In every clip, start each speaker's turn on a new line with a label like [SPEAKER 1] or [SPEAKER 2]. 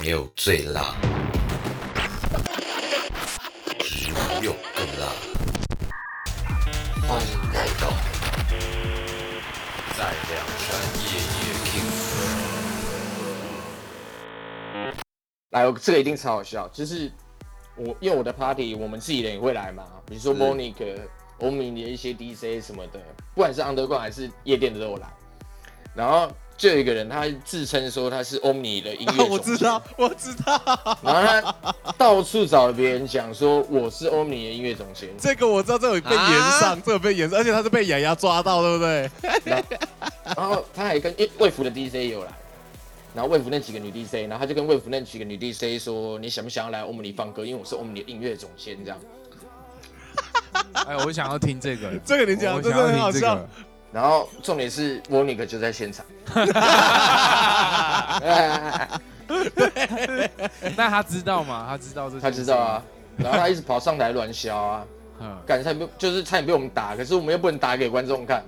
[SPEAKER 1] 没有最辣，只有更辣。欢迎来到在梁山夜夜 King。
[SPEAKER 2] 来，我这个一定超好笑，就是我因为我的 party，我们自己人也会来嘛，比如说 Monica、欧明的一些 DJ 什么的，不管是 Underground 还是夜店的都有来。然后就有一个人，他自称说他是 Omni 的音乐总
[SPEAKER 3] 我知道，我知道，
[SPEAKER 2] 然后他到处找别人讲说我是欧米的音乐总监，
[SPEAKER 3] 这个我知道，这有被延上，这有被延上，而且他是被雅雅抓到，对不 对？
[SPEAKER 2] 然后他还跟因为卫服的 DJ 也有来，然后卫服那几个女 DJ，然后他就跟卫服那几个女 DJ 说你想不想要来欧姆尼放歌，因为我是欧姆尼的音乐总监这样。
[SPEAKER 4] 哎，我想要听这个，
[SPEAKER 3] 这个你讲
[SPEAKER 4] 我
[SPEAKER 3] 真
[SPEAKER 4] 想
[SPEAKER 3] 的
[SPEAKER 4] 要
[SPEAKER 3] 很好
[SPEAKER 4] 听这
[SPEAKER 3] 笑
[SPEAKER 4] 个，
[SPEAKER 2] 然后重点是 Monica 就在 现场，哎
[SPEAKER 4] 那哎他知道吗？他知道这，
[SPEAKER 2] 他知道，啊，然后他一直跑上台乱笑啊，
[SPEAKER 4] 嗯，
[SPEAKER 2] 感才被就是差点被我们打，可是我们又不能打给观众看，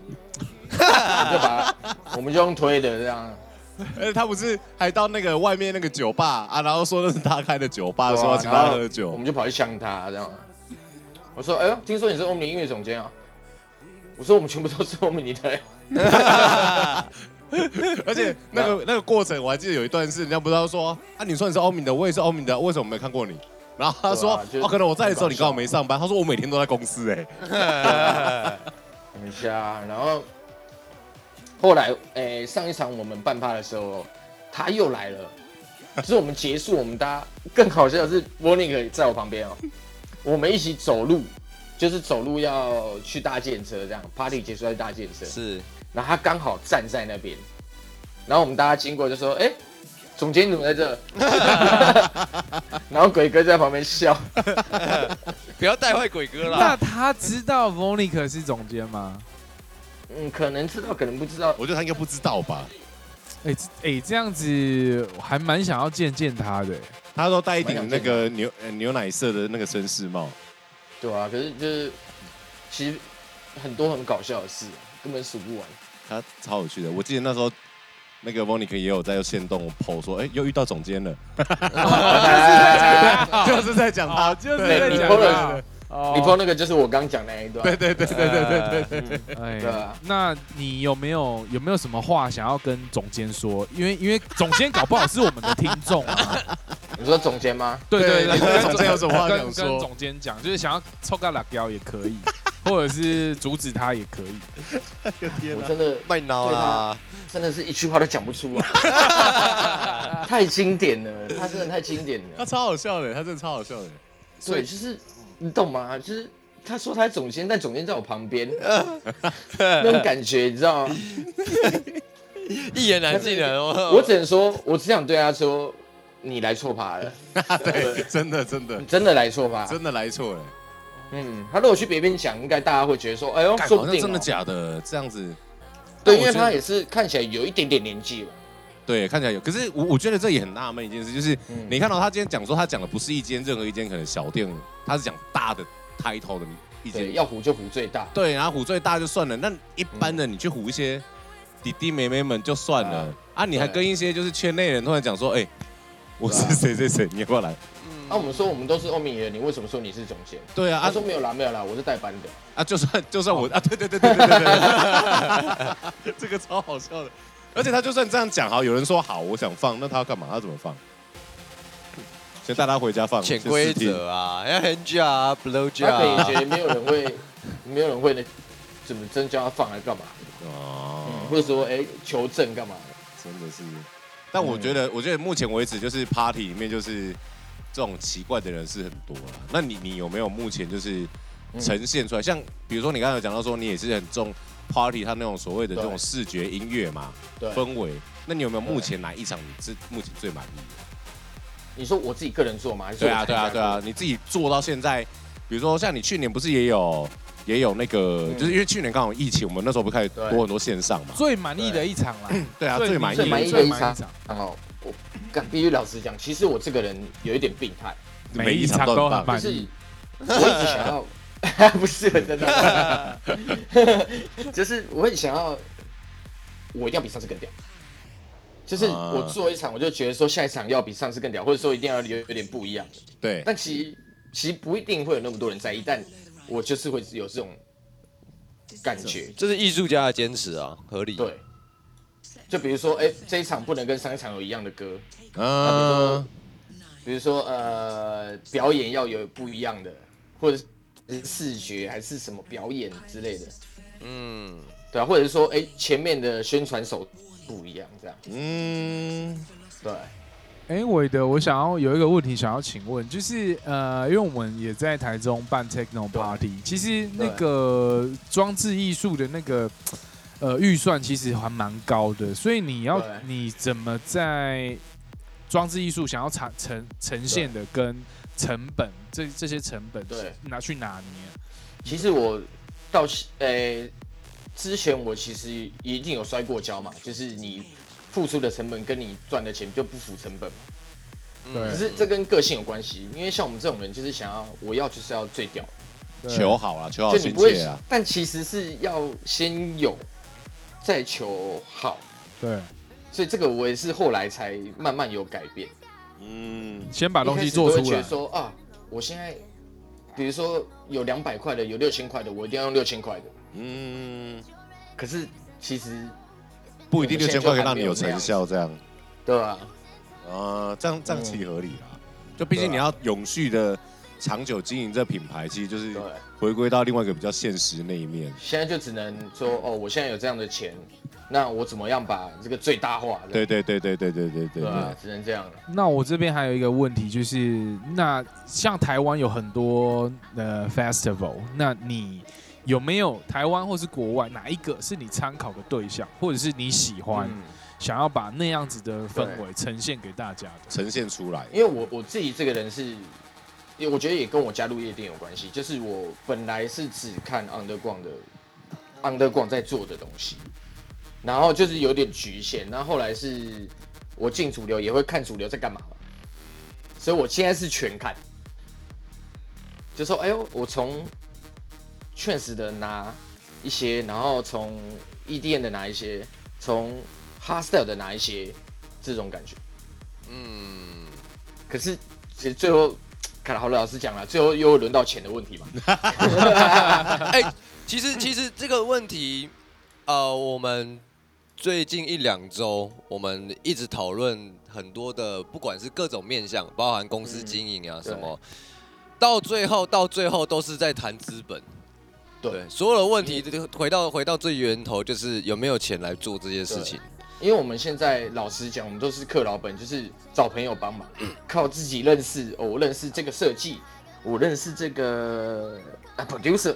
[SPEAKER 2] 我们就把我们就用推的这样，
[SPEAKER 3] 而且他不是还到那个外面那个酒吧啊，然后说那是他开的酒吧，说要请
[SPEAKER 2] 然
[SPEAKER 3] 他
[SPEAKER 2] 后
[SPEAKER 3] 喝
[SPEAKER 2] 我
[SPEAKER 3] 酒
[SPEAKER 2] 们，就跑去呛他这样。我说：“哎呦，听说你是欧米尼音乐总监啊？”我说：“我们全部都是欧米尼的。
[SPEAKER 3] 而且那个那个过程我还记得有一段是人家不知道说啊，你说你是欧米的，我也是欧米的，为什么没看过你？然后他说
[SPEAKER 2] 对啊就是
[SPEAKER 3] 哦，可能我在的时候你刚好没上班，他说我每天都在公司哎，”
[SPEAKER 2] 等一下，然后后来，哎、上一场我们办趴的时候，他又来了。就是我们结束，我们大家更好笑的是 m o n i 在我旁边哦，我们一起走路，就是走路要去搭建车这样，party 结束要去搭建车。
[SPEAKER 5] 是
[SPEAKER 2] 然后他刚好站在那边，然后我们大家经过就说：“哎、总监你怎么在这？” 然后鬼哥在旁边笑，
[SPEAKER 5] 不要带坏鬼哥
[SPEAKER 4] 那
[SPEAKER 5] 啦。
[SPEAKER 4] 他知道 Monica 是总监吗？
[SPEAKER 2] 嗯，可能知道，可能不知道。
[SPEAKER 3] 我觉得他应该不知道吧，
[SPEAKER 4] 哎哎，这样子我还蛮想要见见他 的，
[SPEAKER 3] 他都戴一顶那个牛呃牛奶色的那个绅士帽，
[SPEAKER 2] 对啊，可是就是其实很多很搞笑的事，根本数不 完。
[SPEAKER 3] 他超有趣的。我记得那时候那个 Monica 也有在线动 PO 说，哎、又遇到总监了，就是在讲啊他，啊就是
[SPEAKER 4] 在
[SPEAKER 2] 你
[SPEAKER 4] 讲
[SPEAKER 2] PO
[SPEAKER 4] 他
[SPEAKER 2] 了，
[SPEAKER 4] 哦
[SPEAKER 2] 你 PO 那个就是我刚讲那一段。
[SPEAKER 3] 对对对对对对对
[SPEAKER 4] 对对，哎
[SPEAKER 2] 对啊
[SPEAKER 4] 那你有没有有没有什么话想要跟总监说？因为因为总监搞不好是我们的听众啊，
[SPEAKER 2] 你说总监吗？
[SPEAKER 4] 对对
[SPEAKER 3] 对
[SPEAKER 4] 对，
[SPEAKER 3] 你对总监有什么话
[SPEAKER 4] 跟
[SPEAKER 3] 想说
[SPEAKER 4] 跟总监讲，就是想要抽个辣椒也可以， 或者是阻止他也可以。
[SPEAKER 2] 我真的
[SPEAKER 5] 卖脑啦！
[SPEAKER 2] 真的是一句话都讲不出来， 太经典了，他真的太经典了
[SPEAKER 3] 他。超好笑的，他真的超好笑的。
[SPEAKER 2] 所以就是你懂吗？就是他说他是总监，但总监在我旁 边，那种感觉你知道吗？
[SPEAKER 5] 一言难尽 啊！
[SPEAKER 3] 哦
[SPEAKER 5] 我
[SPEAKER 2] 我只能说，我只想对他说，你来错趴了，
[SPEAKER 3] 对，真的真的
[SPEAKER 2] 你真的来错趴。
[SPEAKER 3] 真的来错了，
[SPEAKER 2] 嗯，他如果去别边讲，应该大家会觉得说，哎呦，
[SPEAKER 3] 干
[SPEAKER 2] 说
[SPEAKER 3] 好
[SPEAKER 2] 不
[SPEAKER 3] 像
[SPEAKER 2] 定、
[SPEAKER 3] 真的
[SPEAKER 2] 哦。
[SPEAKER 3] 假的这样子。
[SPEAKER 2] 对，
[SPEAKER 3] 但
[SPEAKER 2] 因
[SPEAKER 3] 我
[SPEAKER 2] 为
[SPEAKER 3] 觉得
[SPEAKER 2] 他也是看起来有一点点年纪了。
[SPEAKER 3] 对，看起来有，可是我我觉得这也很纳闷一件事，就是
[SPEAKER 2] 嗯
[SPEAKER 3] 你看到他今天讲说他讲的不是一间任何一间可能小店，他是讲大的 title 的一
[SPEAKER 2] 对，
[SPEAKER 3] 间，
[SPEAKER 2] 要唬就唬最大。
[SPEAKER 3] 对，然后唬最大就算了，那一般的你去唬一些弟弟妹妹们就算了
[SPEAKER 2] 啊
[SPEAKER 3] 啊，你还
[SPEAKER 2] 对
[SPEAKER 3] 跟一些就是圈内人突然讲说，哎，我
[SPEAKER 2] 对啊
[SPEAKER 3] 是谁谁谁，你要不要来？
[SPEAKER 2] 那、啊我们说我们都是欧米人，你为什么说你是总监？
[SPEAKER 3] 对嗯啊，
[SPEAKER 2] 他
[SPEAKER 3] 啊
[SPEAKER 2] 说没有啦，没有啦，我是代班的。
[SPEAKER 3] 啊，就算就算我啊，对对对对对对对，这个超好笑的。而且他就算这样讲，好，有人说好，我想放，那他要干嘛？他怎么放？先带他回家放，
[SPEAKER 5] 潜
[SPEAKER 3] 先
[SPEAKER 5] 规
[SPEAKER 3] 试听。
[SPEAKER 5] 则啊，要 hand job 啊，blow
[SPEAKER 2] 他可能觉
[SPEAKER 5] job 啊。
[SPEAKER 2] 得没有人会，没有人会怎么真叫他放来干嘛？
[SPEAKER 3] 哦，
[SPEAKER 2] 或者说哎、求证干嘛？
[SPEAKER 3] 真的是。但
[SPEAKER 2] 嗯
[SPEAKER 3] 我觉得，我觉得目前为止，就是 party 里面就是这种奇怪的人是很多啦。那你你有没有目前就是
[SPEAKER 2] 嗯
[SPEAKER 3] 呈现出来？像比如说你刚才有讲到说，你也是很重 party 它那种所谓的这种
[SPEAKER 2] 对
[SPEAKER 3] 视觉音乐嘛，
[SPEAKER 2] 对，
[SPEAKER 3] 氛围。那你有没有
[SPEAKER 2] 对
[SPEAKER 3] 目前哪一场你是目前最满意的？
[SPEAKER 2] 你说我自己个人做吗？还是
[SPEAKER 3] 对啊，
[SPEAKER 2] 我
[SPEAKER 3] 对啊，对啊！你自己做到现在，比如说像你去年不是也有也有那个，
[SPEAKER 2] 嗯
[SPEAKER 3] 就是因为去年刚好疫情，我们那时候不开始
[SPEAKER 2] 对
[SPEAKER 3] 多很多线上嘛？
[SPEAKER 4] 最满意的一场啦，
[SPEAKER 3] 对啊，最满意
[SPEAKER 2] 最满意
[SPEAKER 3] 的
[SPEAKER 2] 的
[SPEAKER 4] 最
[SPEAKER 2] 一
[SPEAKER 4] 满
[SPEAKER 2] 场
[SPEAKER 4] 意一场，
[SPEAKER 2] 然后我敢必须老实讲，其实我这个人有一点病态，
[SPEAKER 3] 每一场都很
[SPEAKER 4] 满
[SPEAKER 3] 棒。
[SPEAKER 2] 就
[SPEAKER 4] 意
[SPEAKER 2] 是我一直想要， 不是我真 的，就是我很想要，我一定要比上次更屌。就是
[SPEAKER 3] 啊
[SPEAKER 2] 我做一场，我就觉得说下一场要比上次更屌，或者说一定要有有点不一样。
[SPEAKER 3] 对，
[SPEAKER 2] 但其实其实不一定会有那么多人在意，但我就是会有这种感觉。
[SPEAKER 5] 这是艺术家的坚持啊，合理。
[SPEAKER 2] 对，就比如说，哎、这一场不能跟上一场有一样的歌，
[SPEAKER 3] 嗯，
[SPEAKER 2] 比如说呃，表演要有不一样的，或者是视觉还是什么表演之类的，
[SPEAKER 5] 嗯，
[SPEAKER 2] 对啊，或者是说，哎、前面的宣传手不一样，这样，
[SPEAKER 3] 嗯，
[SPEAKER 2] 对，啊
[SPEAKER 4] 哎，韦德，我想要有一个问题想要请问，就是呃，因为我们也在台中办 Techno Party，其实那个装置艺术的那个呃预算其实还蛮高的，所以你要
[SPEAKER 2] 对
[SPEAKER 4] 你怎么在装置艺术想要呈呈呈现的跟成本这这些成本
[SPEAKER 2] 对
[SPEAKER 4] 拿去啊拿捏？
[SPEAKER 2] 其实我到呃、之前我其实一定有摔过跤嘛，就是你付出的成本跟你赚的钱就不符成本嘛。可是这跟个性有关系，因为像我们这种人就是想要，我要就是要最屌，
[SPEAKER 3] 求好啊，求好
[SPEAKER 4] 哦
[SPEAKER 2] 就你
[SPEAKER 3] 心
[SPEAKER 2] 不会
[SPEAKER 3] 切啊，，
[SPEAKER 2] 但其实是要先有，再求好，
[SPEAKER 4] 对，
[SPEAKER 2] 所以这个我也是后来才慢慢有改变，
[SPEAKER 3] 嗯，
[SPEAKER 4] 先把东
[SPEAKER 2] 一开
[SPEAKER 4] 西
[SPEAKER 2] 始都
[SPEAKER 4] 做
[SPEAKER 2] 会
[SPEAKER 4] 出
[SPEAKER 2] 觉得
[SPEAKER 4] 来，
[SPEAKER 2] 说啊，我现在比如说有两百块的，有六千块的，我一定要用六千块的。
[SPEAKER 3] 嗯，
[SPEAKER 2] 可是其实
[SPEAKER 3] 不一定六千块可以让你有成效，这样
[SPEAKER 2] 对吧、
[SPEAKER 3] 啊，这样这样其合理啦。就毕竟你
[SPEAKER 2] 对
[SPEAKER 3] 要永续的长久经营这品牌，其实就是
[SPEAKER 2] 对，啊
[SPEAKER 3] 回归到另外一个比较现实那一面。
[SPEAKER 2] 现在就只能说哦，我现在有这样的钱，那我怎么样把这个最大化？
[SPEAKER 3] 对对对对对对对对
[SPEAKER 2] 对啊
[SPEAKER 3] 对，，
[SPEAKER 2] 只能这样了。
[SPEAKER 4] 那我这边还有一个问题，就是那像台湾有很多呃 festival，那你有没有台湾或是国外哪一个是你参考的对象，或者是你喜欢、
[SPEAKER 2] 嗯
[SPEAKER 4] 想要把那样子的氛围呈现给大家的？
[SPEAKER 3] 呈现出来。
[SPEAKER 2] 因为我我自己这个人是，也我觉得也跟我加入夜店有关系。就是我本来是只看 underground 的 underground 在做的东西，然后就是有点局限。然后后来是我进主流也会看主流在干嘛嘛，所以我现在是全看，就说哎呦，我从确实的拿一些，然后从 EDM 的拿一些，从 hardstyle 的拿一些，这种感觉。
[SPEAKER 5] 嗯，
[SPEAKER 2] 可是其实最后，看好了，老实讲了，最后又轮到钱的问题嘛。
[SPEAKER 5] 哎，其实其实这个问题，呃，我们最近一两周我们一直讨论很多的，不管是各种面向，包含公司
[SPEAKER 2] 嗯
[SPEAKER 5] 经营啊
[SPEAKER 2] 对
[SPEAKER 5] 什么，到最后到最后都是在谈资本。
[SPEAKER 2] 对，
[SPEAKER 5] 对，所有的问题都回到回到最源头，就是有没有钱来做这些事情。
[SPEAKER 2] 因为我们现在老实讲，我们都是克老本，就是找朋友帮忙，靠自己认识。哦，我认识这个设计，我认识这个啊 producer，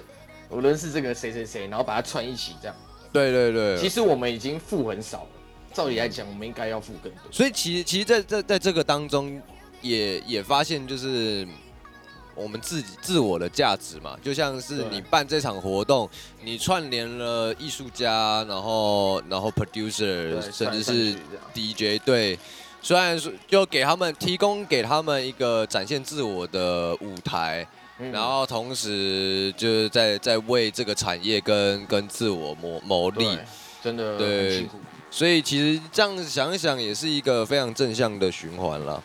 [SPEAKER 2] 我认识这个谁谁谁，然后把它串一起这样。
[SPEAKER 5] 对对对
[SPEAKER 2] 其实我们已经付很少了，照理来讲，我们应该要付更多。
[SPEAKER 5] 所以其实其实在在在这个当中也，也发现就是我们自己自我的价值嘛，就像是
[SPEAKER 2] 对
[SPEAKER 5] 你办这场活动，你串联了艺术家，然后然后 producer，
[SPEAKER 2] 对
[SPEAKER 5] 甚
[SPEAKER 2] 串来串去
[SPEAKER 5] 至是
[SPEAKER 2] 这样
[SPEAKER 5] DJ，对。虽然说，就给他们提供给他们一个展现自我的舞台，
[SPEAKER 2] 嗯
[SPEAKER 5] 然后同时就是在在为这个产业跟跟自我谋谋利，
[SPEAKER 2] 对，真的很
[SPEAKER 5] 对
[SPEAKER 2] 辛苦。
[SPEAKER 5] 所以其实这样想一想，也是一个非常正向的循环了。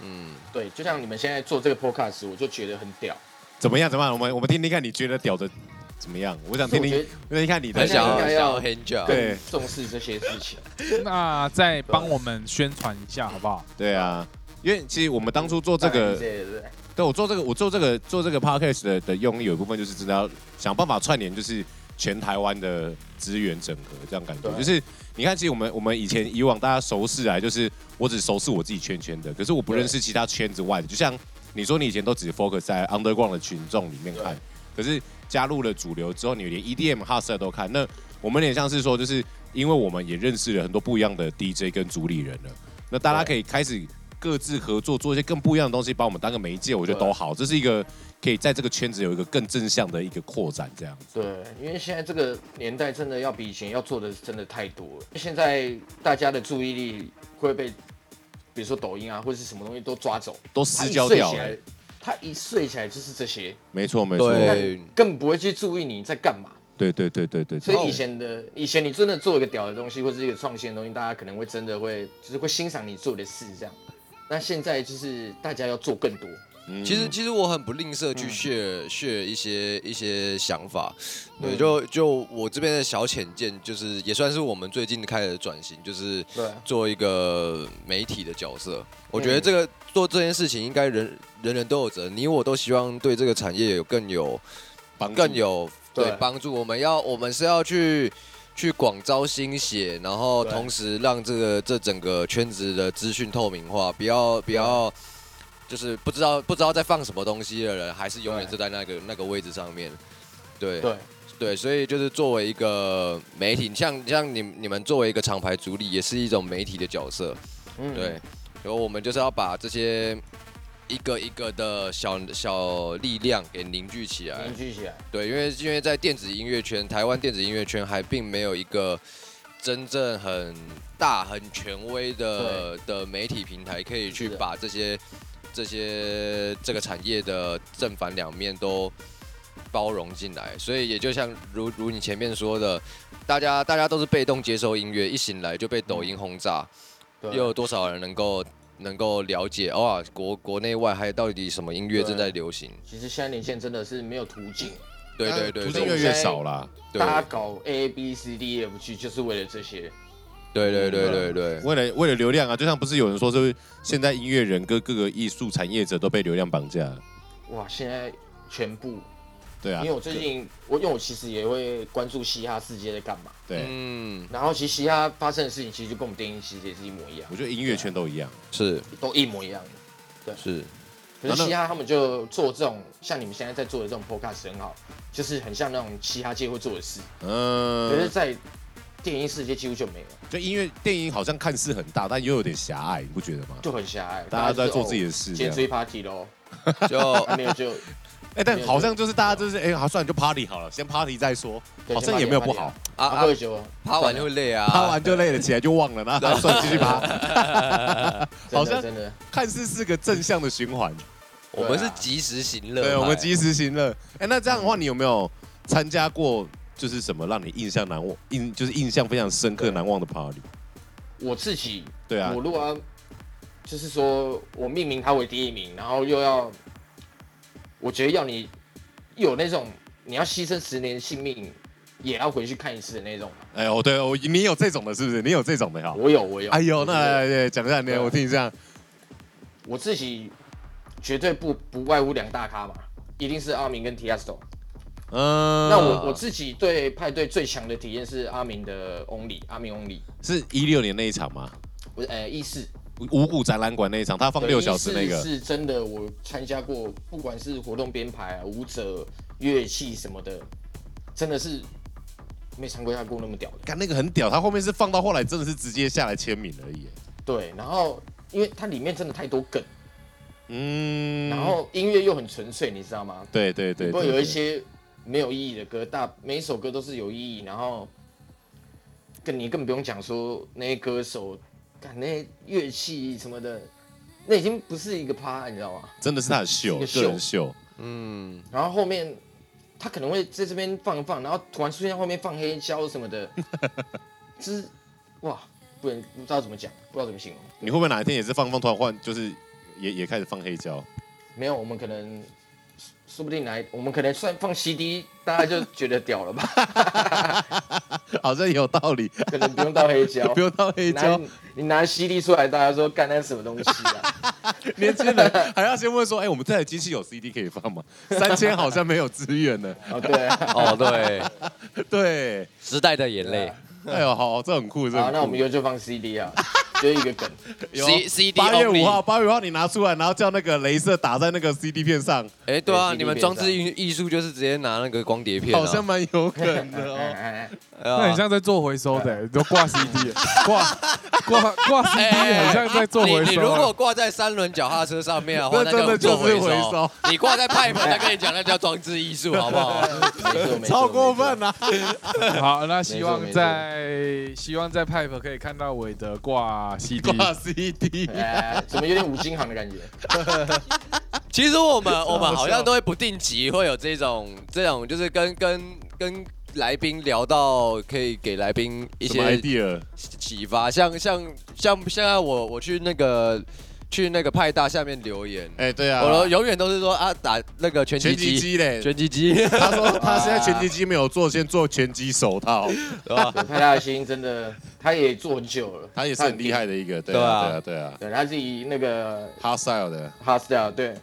[SPEAKER 5] 嗯，
[SPEAKER 2] 对，就像你们现在做这个 podcast，我就觉得很屌。
[SPEAKER 3] 怎么样？怎么样？我们我们听听看，你觉得屌的怎么样？我想听
[SPEAKER 2] 我觉
[SPEAKER 3] 听
[SPEAKER 2] 得，
[SPEAKER 3] 我想看你
[SPEAKER 5] 很
[SPEAKER 3] 的
[SPEAKER 2] 很想
[SPEAKER 5] 想要
[SPEAKER 2] 要
[SPEAKER 5] 很
[SPEAKER 2] 很
[SPEAKER 5] 想
[SPEAKER 2] 想
[SPEAKER 5] 要
[SPEAKER 2] 要
[SPEAKER 5] hand
[SPEAKER 3] 对
[SPEAKER 2] 更重视这些事情。
[SPEAKER 4] 那再帮我们宣传一下好不好？
[SPEAKER 3] 对啊，因为其实我们当初做这
[SPEAKER 2] 大概
[SPEAKER 3] 个
[SPEAKER 2] 是，这样
[SPEAKER 3] 对我做这个，我做这个做这个 podcast 的的用意有一部分就是真的要想办法串联，就是全台湾的资源整合，这样感觉
[SPEAKER 2] 对
[SPEAKER 3] 就是你看，其实我们我们以前以往大家熟视来，就是我只熟视我自己圈圈的，可是我不认识其他圈子外的，就像你说你以前都只 focus 在 underground 的群众里面看，可是加入了主流之后，你连 EDM、h o u s e 都看，那我们有点像是说，就是因为我们也认识了很多不一样的 DJ 跟主理人了，那大家可以开始各自合作，做一些更不一样的东西，把我们当个媒介，我觉得都好，这是一个可以在这个圈子有一个更正向的一个扩展，这样子。
[SPEAKER 2] 对，因为现在这个年代真的要比以前要做的真的太多了。现在大家的注意力会被，比如说抖音啊或者是什么东西都抓走，
[SPEAKER 3] 都
[SPEAKER 2] 他
[SPEAKER 3] 失
[SPEAKER 2] 一
[SPEAKER 3] 焦
[SPEAKER 2] 睡
[SPEAKER 3] 掉
[SPEAKER 2] 起
[SPEAKER 3] 了
[SPEAKER 2] 来，，他一睡起来就是这些，
[SPEAKER 3] 没错没错，
[SPEAKER 5] 对
[SPEAKER 2] 更不会去注意你在干嘛。
[SPEAKER 3] 对对对对对，
[SPEAKER 2] 所
[SPEAKER 3] 对
[SPEAKER 5] 哦
[SPEAKER 2] 以以前的以前你真的做一个屌的东西，或者是一个创新的东西，大家可能会真的会就是会欣赏你做的事这样。那现在就是大家要做更多，
[SPEAKER 3] 嗯
[SPEAKER 5] 其实其实我很不吝啬去 share、share 一些一些想法，对，就就我这边的小浅见，就是也算是我们最近开始的转型，就是
[SPEAKER 2] 对啊
[SPEAKER 5] 做一个媒体的角色。我觉得这个、做这件事情应该人人人都有责任，你我都希望对这个产业有更有
[SPEAKER 3] 帮助
[SPEAKER 5] 更有对
[SPEAKER 2] 对
[SPEAKER 5] 帮助。我们要我们是要去去广招新血，然后
[SPEAKER 2] 对
[SPEAKER 5] 同时让这个这整个圈子的资讯透明化，不要不要就是不知道不知道在放什么东西的人，还是永远
[SPEAKER 2] 对
[SPEAKER 5] 是在那个那个位置上面。对
[SPEAKER 2] 对
[SPEAKER 5] 对，所以就是作为一个媒体，像像你你们作为一个厂牌主理，也是一种媒体的角色。
[SPEAKER 2] 嗯
[SPEAKER 5] 对，然后我们就是要把这些一个一个的小小力量给凝聚起来，
[SPEAKER 2] 凝聚起来，
[SPEAKER 5] 对，因为因为在电子音乐圈，台湾电子音乐圈还并没有一个真正很大、很权威的的媒体平台，可以去
[SPEAKER 2] 是的
[SPEAKER 5] 把这些这些这个产业的正反两面都包容进来。所以也就像如如你前面说的，大家大家都是被动接收音乐，一醒来就被抖音轰炸，
[SPEAKER 2] 嗯对
[SPEAKER 5] 又有多少人能够能够了解哦哇，国国内外还有到底什么音乐正在
[SPEAKER 2] 对
[SPEAKER 5] 流行？
[SPEAKER 2] 其实现在年限真的是没有途径，
[SPEAKER 5] 对对对，
[SPEAKER 3] 途
[SPEAKER 5] 对
[SPEAKER 3] 径越来越少啦。
[SPEAKER 5] 对
[SPEAKER 2] 大家搞 A B C D E F G 就是为了这些，
[SPEAKER 5] 对对对对对，
[SPEAKER 3] 为了为了流量啊，就像不是有人说，是现在音乐人跟各个艺术产业者都被流量绑架了，
[SPEAKER 2] 哇，现在全部，
[SPEAKER 3] 对啊
[SPEAKER 2] 因为，我最近我因为我其实也会关注嘻哈世界在干嘛，
[SPEAKER 3] 对，
[SPEAKER 5] 嗯，
[SPEAKER 2] 然后其实嘻哈发生的事情其实就跟我们电影世界是一模一样
[SPEAKER 3] 我，觉得音乐圈都一样，
[SPEAKER 5] 是
[SPEAKER 2] 都一模一样的。
[SPEAKER 5] 是，
[SPEAKER 2] 可是嘻哈他们就做这种像你们现在在做的这种 podcast 很好，就是很像那种嘻哈界会做的事，可是，
[SPEAKER 3] 嗯，
[SPEAKER 2] 在电音世界几乎就没有，
[SPEAKER 3] 就音乐电影好像看似很大，但又有点狭隘，你不觉得吗？
[SPEAKER 2] 就很狭隘，
[SPEAKER 3] 大家都在做自己
[SPEAKER 2] 的
[SPEAKER 3] 的事，
[SPEAKER 2] 今
[SPEAKER 3] 这
[SPEAKER 2] 天出。
[SPEAKER 3] 样哦
[SPEAKER 2] 去 party 喽，
[SPEAKER 5] 就啊
[SPEAKER 2] 没有就
[SPEAKER 3] 哎，但好像就是大家就是哎，好，算了，就 party 好了，先 party 再说，
[SPEAKER 2] 对
[SPEAKER 3] 好像也没有不 好，
[SPEAKER 5] 啊
[SPEAKER 2] 啊，
[SPEAKER 5] 啊
[SPEAKER 2] 喝，个酒，
[SPEAKER 5] 趴完就会累啊，
[SPEAKER 3] 趴完就累了，起来就忘了，然后 算了继 续趴，好
[SPEAKER 2] 真
[SPEAKER 3] 像
[SPEAKER 2] 的真的啊
[SPEAKER 3] 看似是个正向的循环。
[SPEAKER 5] 我们是及时行乐派，
[SPEAKER 3] 对，我们及时行乐。哎，那这样的话，你有没有参加过就是什么让你印象难忘、印就是印象非常深刻、
[SPEAKER 2] 对
[SPEAKER 3] 难忘的 party？
[SPEAKER 2] 我自己，
[SPEAKER 3] 对啊
[SPEAKER 2] 我，如果要就是说我命名他为第一名，然后又要，我觉得要你有那种你要牺牲十年性命也要回去看一次的那种，
[SPEAKER 3] 哎呦，对我你有这种的，是不是？你有这种的哈？
[SPEAKER 2] 我有我有，
[SPEAKER 3] 哎呦，那
[SPEAKER 2] 我觉得
[SPEAKER 3] 来来讲一下你，
[SPEAKER 2] 对
[SPEAKER 3] 我听你这样。
[SPEAKER 2] 我自己绝对不不外乎两大咖嘛，一定是阿明跟 Tiesto。
[SPEAKER 3] 嗯，
[SPEAKER 2] 那我我自己对派对最强的体验是阿明的 Only，阿明 Only，
[SPEAKER 3] 是一六年那一场嘛，
[SPEAKER 2] 我呃一四
[SPEAKER 3] 五谷展览馆那一场，他放
[SPEAKER 2] 对
[SPEAKER 3] 六小时那
[SPEAKER 2] 14
[SPEAKER 3] 个，
[SPEAKER 2] 是真的，我参加过，不管是活动编排啊、舞者、乐器什么的，真的是没参加过那么屌的。
[SPEAKER 3] 看那个很屌，他后面是放到后来真的是直接下来签名而已。
[SPEAKER 2] 对，然后因为它里面真的太多梗，
[SPEAKER 3] 嗯，
[SPEAKER 2] 然后音乐又很纯粹，你知道吗？
[SPEAKER 3] 对对对，
[SPEAKER 2] 不过
[SPEAKER 3] 对
[SPEAKER 2] 有一
[SPEAKER 3] 对
[SPEAKER 2] 些没有意义的歌，大每一首歌都是有意义，然后跟你更不用讲说那些歌手，干那些乐器什么的，那已经不是一个趴，你知道吗？
[SPEAKER 3] 真的是他的秀，
[SPEAKER 2] 是一个
[SPEAKER 3] 个人秀，
[SPEAKER 5] 嗯，
[SPEAKER 2] 然后后面他可能会在这边放一放，然后突然出现后面放黑胶什么 的，就是哇，不能不知道怎么讲，不知道怎么形容。
[SPEAKER 3] 你会不会哪一天也是放放突然换，就是也也开始放黑胶？
[SPEAKER 2] 没有，我们可能说不定来，我们可能算放 CD，大家就觉得屌 了吧？
[SPEAKER 3] 好像有道理，
[SPEAKER 2] 可能不用到黑 胶，
[SPEAKER 3] 不用到黑胶
[SPEAKER 2] 拿。你拿 CD 出来，大家说干那是什么东西啊？
[SPEAKER 3] 年 轻人还要先问说，哎、我们这台机器有 CD 可以放吗？三千好像没有资源呢。
[SPEAKER 2] 哦， 对啊、
[SPEAKER 5] 哦对，
[SPEAKER 3] 对，
[SPEAKER 5] 时代的眼泪
[SPEAKER 3] 哎呦，好，这很酷，这很
[SPEAKER 2] 好，
[SPEAKER 3] 酷。
[SPEAKER 2] 那我们以后就放 CD 啊，就是一个梗。
[SPEAKER 3] 有啊
[SPEAKER 5] C- CD
[SPEAKER 3] 八月五
[SPEAKER 5] only
[SPEAKER 3] 号，八月五号你拿出来，然后叫那个镭射打在那个 CD 片上，
[SPEAKER 5] 哎，对啊，
[SPEAKER 2] 对
[SPEAKER 5] 你们装置艺艺术就是直接拿那个光碟片啊，
[SPEAKER 3] 好像蛮有可能的
[SPEAKER 2] 哎
[SPEAKER 3] 哦。
[SPEAKER 2] 哎
[SPEAKER 5] 哎呀
[SPEAKER 4] 那很像在做回收的、都挂 CD，挂 挂挂
[SPEAKER 5] 哎
[SPEAKER 4] CD，很像在做回
[SPEAKER 5] 你你如果
[SPEAKER 4] 收。
[SPEAKER 5] 挂在三轮脚踏车上 面的话，
[SPEAKER 3] 啊那
[SPEAKER 5] 那
[SPEAKER 3] 真的
[SPEAKER 5] 叫做
[SPEAKER 3] 就是回收
[SPEAKER 5] 收。你挂在派门，他跟你讲那叫装置艺术，好不好？
[SPEAKER 2] 哎没错没错
[SPEAKER 3] 超过分啊了、
[SPEAKER 4] 好，那希望
[SPEAKER 2] 没错
[SPEAKER 4] 在希望在 Pipe 可以看到伟的挂 CD。
[SPEAKER 3] 挂 CD，
[SPEAKER 2] 没错哎，怎么有点五金行的感觉？
[SPEAKER 5] 其实我们我们好像都会不定期会有这种这种，就是跟跟跟来宾聊到可以给来宾一
[SPEAKER 3] 什么
[SPEAKER 5] 些
[SPEAKER 3] idea？
[SPEAKER 5] 启发，像像像现在我我去那个去那个派大下面留言，
[SPEAKER 3] 哎、对啊，
[SPEAKER 5] 我永远都是说啊打那个拳击
[SPEAKER 3] 拳击
[SPEAKER 5] 机，
[SPEAKER 3] 机嘞，
[SPEAKER 5] 拳击机，
[SPEAKER 3] 他 说他现在拳击机没有做，先做拳击手套，
[SPEAKER 2] 对派大星真的他也做很久了，
[SPEAKER 3] 他也是很厉害的一个，对
[SPEAKER 5] 啊
[SPEAKER 3] 啊，对啊，对啊，
[SPEAKER 2] 对，他是以那个
[SPEAKER 3] 他 style 的，
[SPEAKER 2] h o s t l e 对，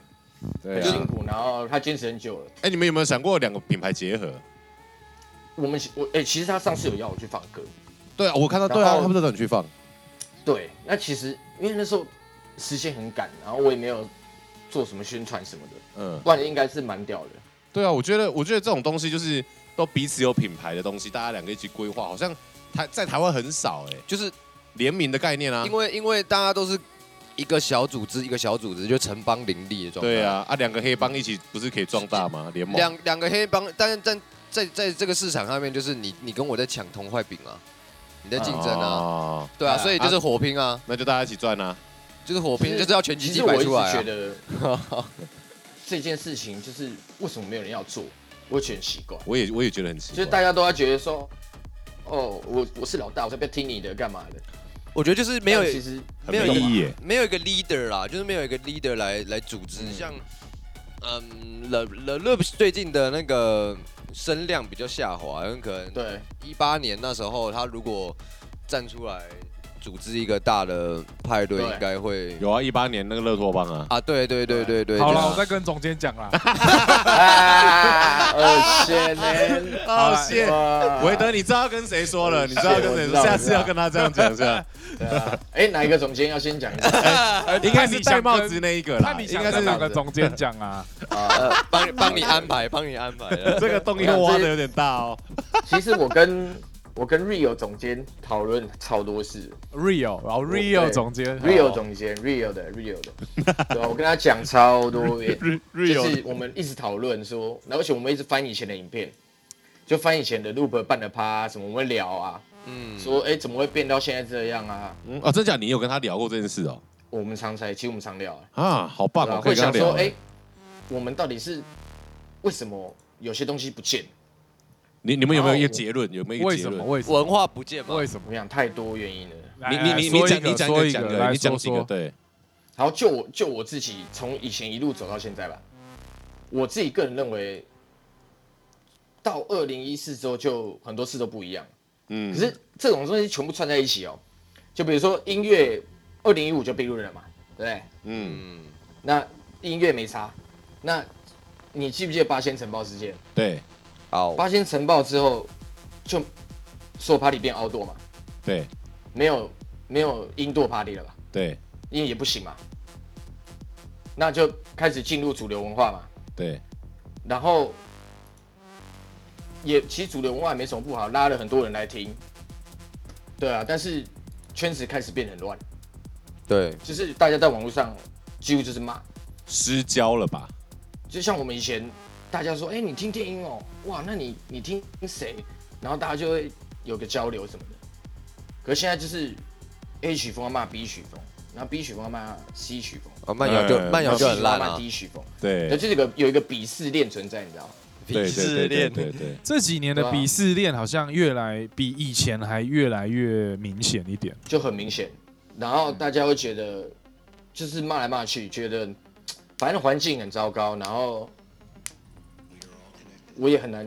[SPEAKER 3] 对
[SPEAKER 2] 很
[SPEAKER 3] 啊
[SPEAKER 2] 辛。苦，然后他坚持很久了。
[SPEAKER 3] 哎、你们有没有想过两个品牌结合？
[SPEAKER 2] 我们我哎、其实他上次有邀我去放歌，
[SPEAKER 3] 对啊，我看到
[SPEAKER 2] 然后
[SPEAKER 3] 对啊，他们都等你去放，
[SPEAKER 2] 对，那其实因为那时候时间很赶，然后我也没有做什么宣传什么的，
[SPEAKER 3] 嗯，
[SPEAKER 2] 不然应该是蛮屌的。
[SPEAKER 3] 对啊，我觉得我觉得这种东西就是都彼此有品牌的东西，大家两个一起规划，好像台在台湾很少哎、
[SPEAKER 5] 就是
[SPEAKER 3] 联名的概念啊
[SPEAKER 5] 因。为因为大家都是一个小组织一个小组织，就城邦林立的状态。
[SPEAKER 3] 对，啊，啊，两个黑帮一起不是可以壮大吗？联盟
[SPEAKER 5] 两两个黑帮，但是在在在这个市场上面，就是你你跟我在抢同块饼啊，你在竞争啊，
[SPEAKER 3] 哦，
[SPEAKER 5] 对啊，
[SPEAKER 2] 啊
[SPEAKER 5] 所以就是火拼啊，
[SPEAKER 3] 那就大家一起赚啊。
[SPEAKER 5] 就是火
[SPEAKER 2] 其
[SPEAKER 5] 拼，
[SPEAKER 2] 实
[SPEAKER 5] 就是要拳击
[SPEAKER 2] 其
[SPEAKER 5] 机
[SPEAKER 2] 实我
[SPEAKER 5] 摆
[SPEAKER 2] 一直
[SPEAKER 5] 出来
[SPEAKER 2] 觉
[SPEAKER 5] 啊。
[SPEAKER 2] 得 这件事情就是为什么没有人要做，我也觉得很奇怪。
[SPEAKER 3] 我也我也觉得很奇
[SPEAKER 2] 就是
[SPEAKER 3] 怪
[SPEAKER 2] 大，家都要觉得说，哦，我我是老大，我才不要听你的，干嘛的？
[SPEAKER 5] 我觉得就是没有
[SPEAKER 2] 但其实
[SPEAKER 3] 很
[SPEAKER 5] 没有
[SPEAKER 3] 意义欸耶。
[SPEAKER 5] 没有一个 leader 啦，就是没有一个 leader 来来组织，
[SPEAKER 2] 嗯
[SPEAKER 5] 像嗯 Le Le l e 最近的那个声量比较下滑，很可能
[SPEAKER 2] 对
[SPEAKER 5] 一八年那时候他如果站出来组织一个大的派对，
[SPEAKER 2] 对
[SPEAKER 5] 应该会
[SPEAKER 3] 有啊，一八年那个乐托帮啊，
[SPEAKER 5] 啊，对对对对对，
[SPEAKER 4] 好
[SPEAKER 5] 就
[SPEAKER 4] 了，
[SPEAKER 5] 是
[SPEAKER 4] 我再跟总监讲啦。
[SPEAKER 2] 啊，二千年，
[SPEAKER 3] 好
[SPEAKER 4] 谢
[SPEAKER 3] 谢
[SPEAKER 2] 哇
[SPEAKER 3] 韦德，你知道要跟谁说了？你知道要跟谁
[SPEAKER 2] 我知
[SPEAKER 3] 说？
[SPEAKER 2] 道
[SPEAKER 3] 下次要跟他这样讲是吧？
[SPEAKER 2] 对啊哎，哪一个总监要先讲一下？
[SPEAKER 3] 应该是戴帽子那一个啦
[SPEAKER 4] 看，你
[SPEAKER 3] 应
[SPEAKER 4] 想
[SPEAKER 3] 该
[SPEAKER 4] 跟
[SPEAKER 3] 是
[SPEAKER 4] 哪个总监讲啊？
[SPEAKER 5] 呃帮你帮你安排，帮你安排啊 的。
[SPEAKER 3] 这个洞又挖的有点大哦。
[SPEAKER 2] 其实我跟我跟 Rio 总监讨论超多事
[SPEAKER 4] Rio，然后 Rio
[SPEAKER 2] 对
[SPEAKER 4] 总监
[SPEAKER 2] ，Rio 总监，Rio 的，Rio 的，对啊我跟他讲超多遍，就
[SPEAKER 3] Real
[SPEAKER 2] 是我们一直讨论说，而且我们一直翻以前的影片，就翻以前的 Loop 办的趴、什么我们聊啊，
[SPEAKER 5] 嗯，
[SPEAKER 2] 说哎、怎么会变到现在这样啊？
[SPEAKER 3] 嗯哦，真假？你有跟他聊过这件事哦？
[SPEAKER 2] 我们常才，其实我们常聊、啊，
[SPEAKER 3] 啊，好棒
[SPEAKER 2] 对啊
[SPEAKER 3] 哦，可
[SPEAKER 2] 会
[SPEAKER 3] 以跟他
[SPEAKER 2] 想
[SPEAKER 3] 聊
[SPEAKER 2] 说，
[SPEAKER 3] 了。
[SPEAKER 2] 哎、我们到底是为什么有些东西不见？
[SPEAKER 3] 你你们有没有一个
[SPEAKER 2] 然后我
[SPEAKER 3] 结论？有没有一个
[SPEAKER 4] 为
[SPEAKER 3] 结
[SPEAKER 4] 什么？
[SPEAKER 3] 论？
[SPEAKER 4] 为什么？
[SPEAKER 5] 文化不见嘛，
[SPEAKER 4] 为什么
[SPEAKER 2] 我？想太多原因了。
[SPEAKER 4] 来
[SPEAKER 3] 你
[SPEAKER 4] 来
[SPEAKER 3] 你你你
[SPEAKER 4] 哎说一
[SPEAKER 3] 讲
[SPEAKER 4] 个
[SPEAKER 3] 你讲一
[SPEAKER 4] 说
[SPEAKER 3] 个
[SPEAKER 4] 一
[SPEAKER 3] 讲一
[SPEAKER 4] 个，
[SPEAKER 3] 个，
[SPEAKER 4] 来
[SPEAKER 3] 你讲
[SPEAKER 4] 说
[SPEAKER 3] 几个？
[SPEAKER 4] 说。
[SPEAKER 3] 对，
[SPEAKER 2] 然后就我就我自己从以前一路走到现在吧，我自己个人认为，到二零一四之后就很多事都不一样。
[SPEAKER 3] 嗯
[SPEAKER 2] 可，是这种东西全部串在一起哦，就比如说音乐，二零一五就被论了嘛，对不对？
[SPEAKER 3] 嗯，
[SPEAKER 5] 嗯，
[SPEAKER 2] 那音乐没差，那你记不记得八仙城堡事件？
[SPEAKER 3] 对
[SPEAKER 5] 好，
[SPEAKER 2] 八仙城堡之后，就所有 party 变 outdoor 嘛，
[SPEAKER 3] 对
[SPEAKER 2] 没有没有 indoor party 了吧？
[SPEAKER 3] 对
[SPEAKER 2] 因为也不行嘛，那就开始进入主流文化嘛，
[SPEAKER 3] 对，
[SPEAKER 2] 然后也其实主流文化也没什么不好，拉了很多人来听，对啊，但是圈子开始变得很乱，
[SPEAKER 5] 对，
[SPEAKER 2] 就是大家在网络上几乎就是骂，
[SPEAKER 3] 失焦了吧？
[SPEAKER 2] 就像我们以前大家说，哎、你听电音哦，哇，那你你听谁？然后大家就会有个交流什么的。可是现在就是 A 曲风要骂 B 曲风，然后 B 曲风要骂 C 曲风，
[SPEAKER 5] 啊慢摇就
[SPEAKER 3] 哎
[SPEAKER 5] 慢
[SPEAKER 2] 然
[SPEAKER 5] 摇
[SPEAKER 2] 后
[SPEAKER 5] 就
[SPEAKER 2] C 曲
[SPEAKER 5] 很
[SPEAKER 2] 风
[SPEAKER 5] 烂
[SPEAKER 2] 要
[SPEAKER 5] 啊
[SPEAKER 2] 骂，D 曲风，那
[SPEAKER 3] 对
[SPEAKER 2] 就是有个有一个鄙视链存在，你知道吗？
[SPEAKER 3] 对
[SPEAKER 5] 鄙视
[SPEAKER 3] 对对
[SPEAKER 5] 链，
[SPEAKER 3] 对对，
[SPEAKER 4] 这几年的
[SPEAKER 2] 对啊
[SPEAKER 4] 鄙视链好像越来比以前还越来越明显一点。
[SPEAKER 2] 就很明显。然后大家会觉得，就是骂来骂去，觉得嘖反正环境很糟糕，然后我也很难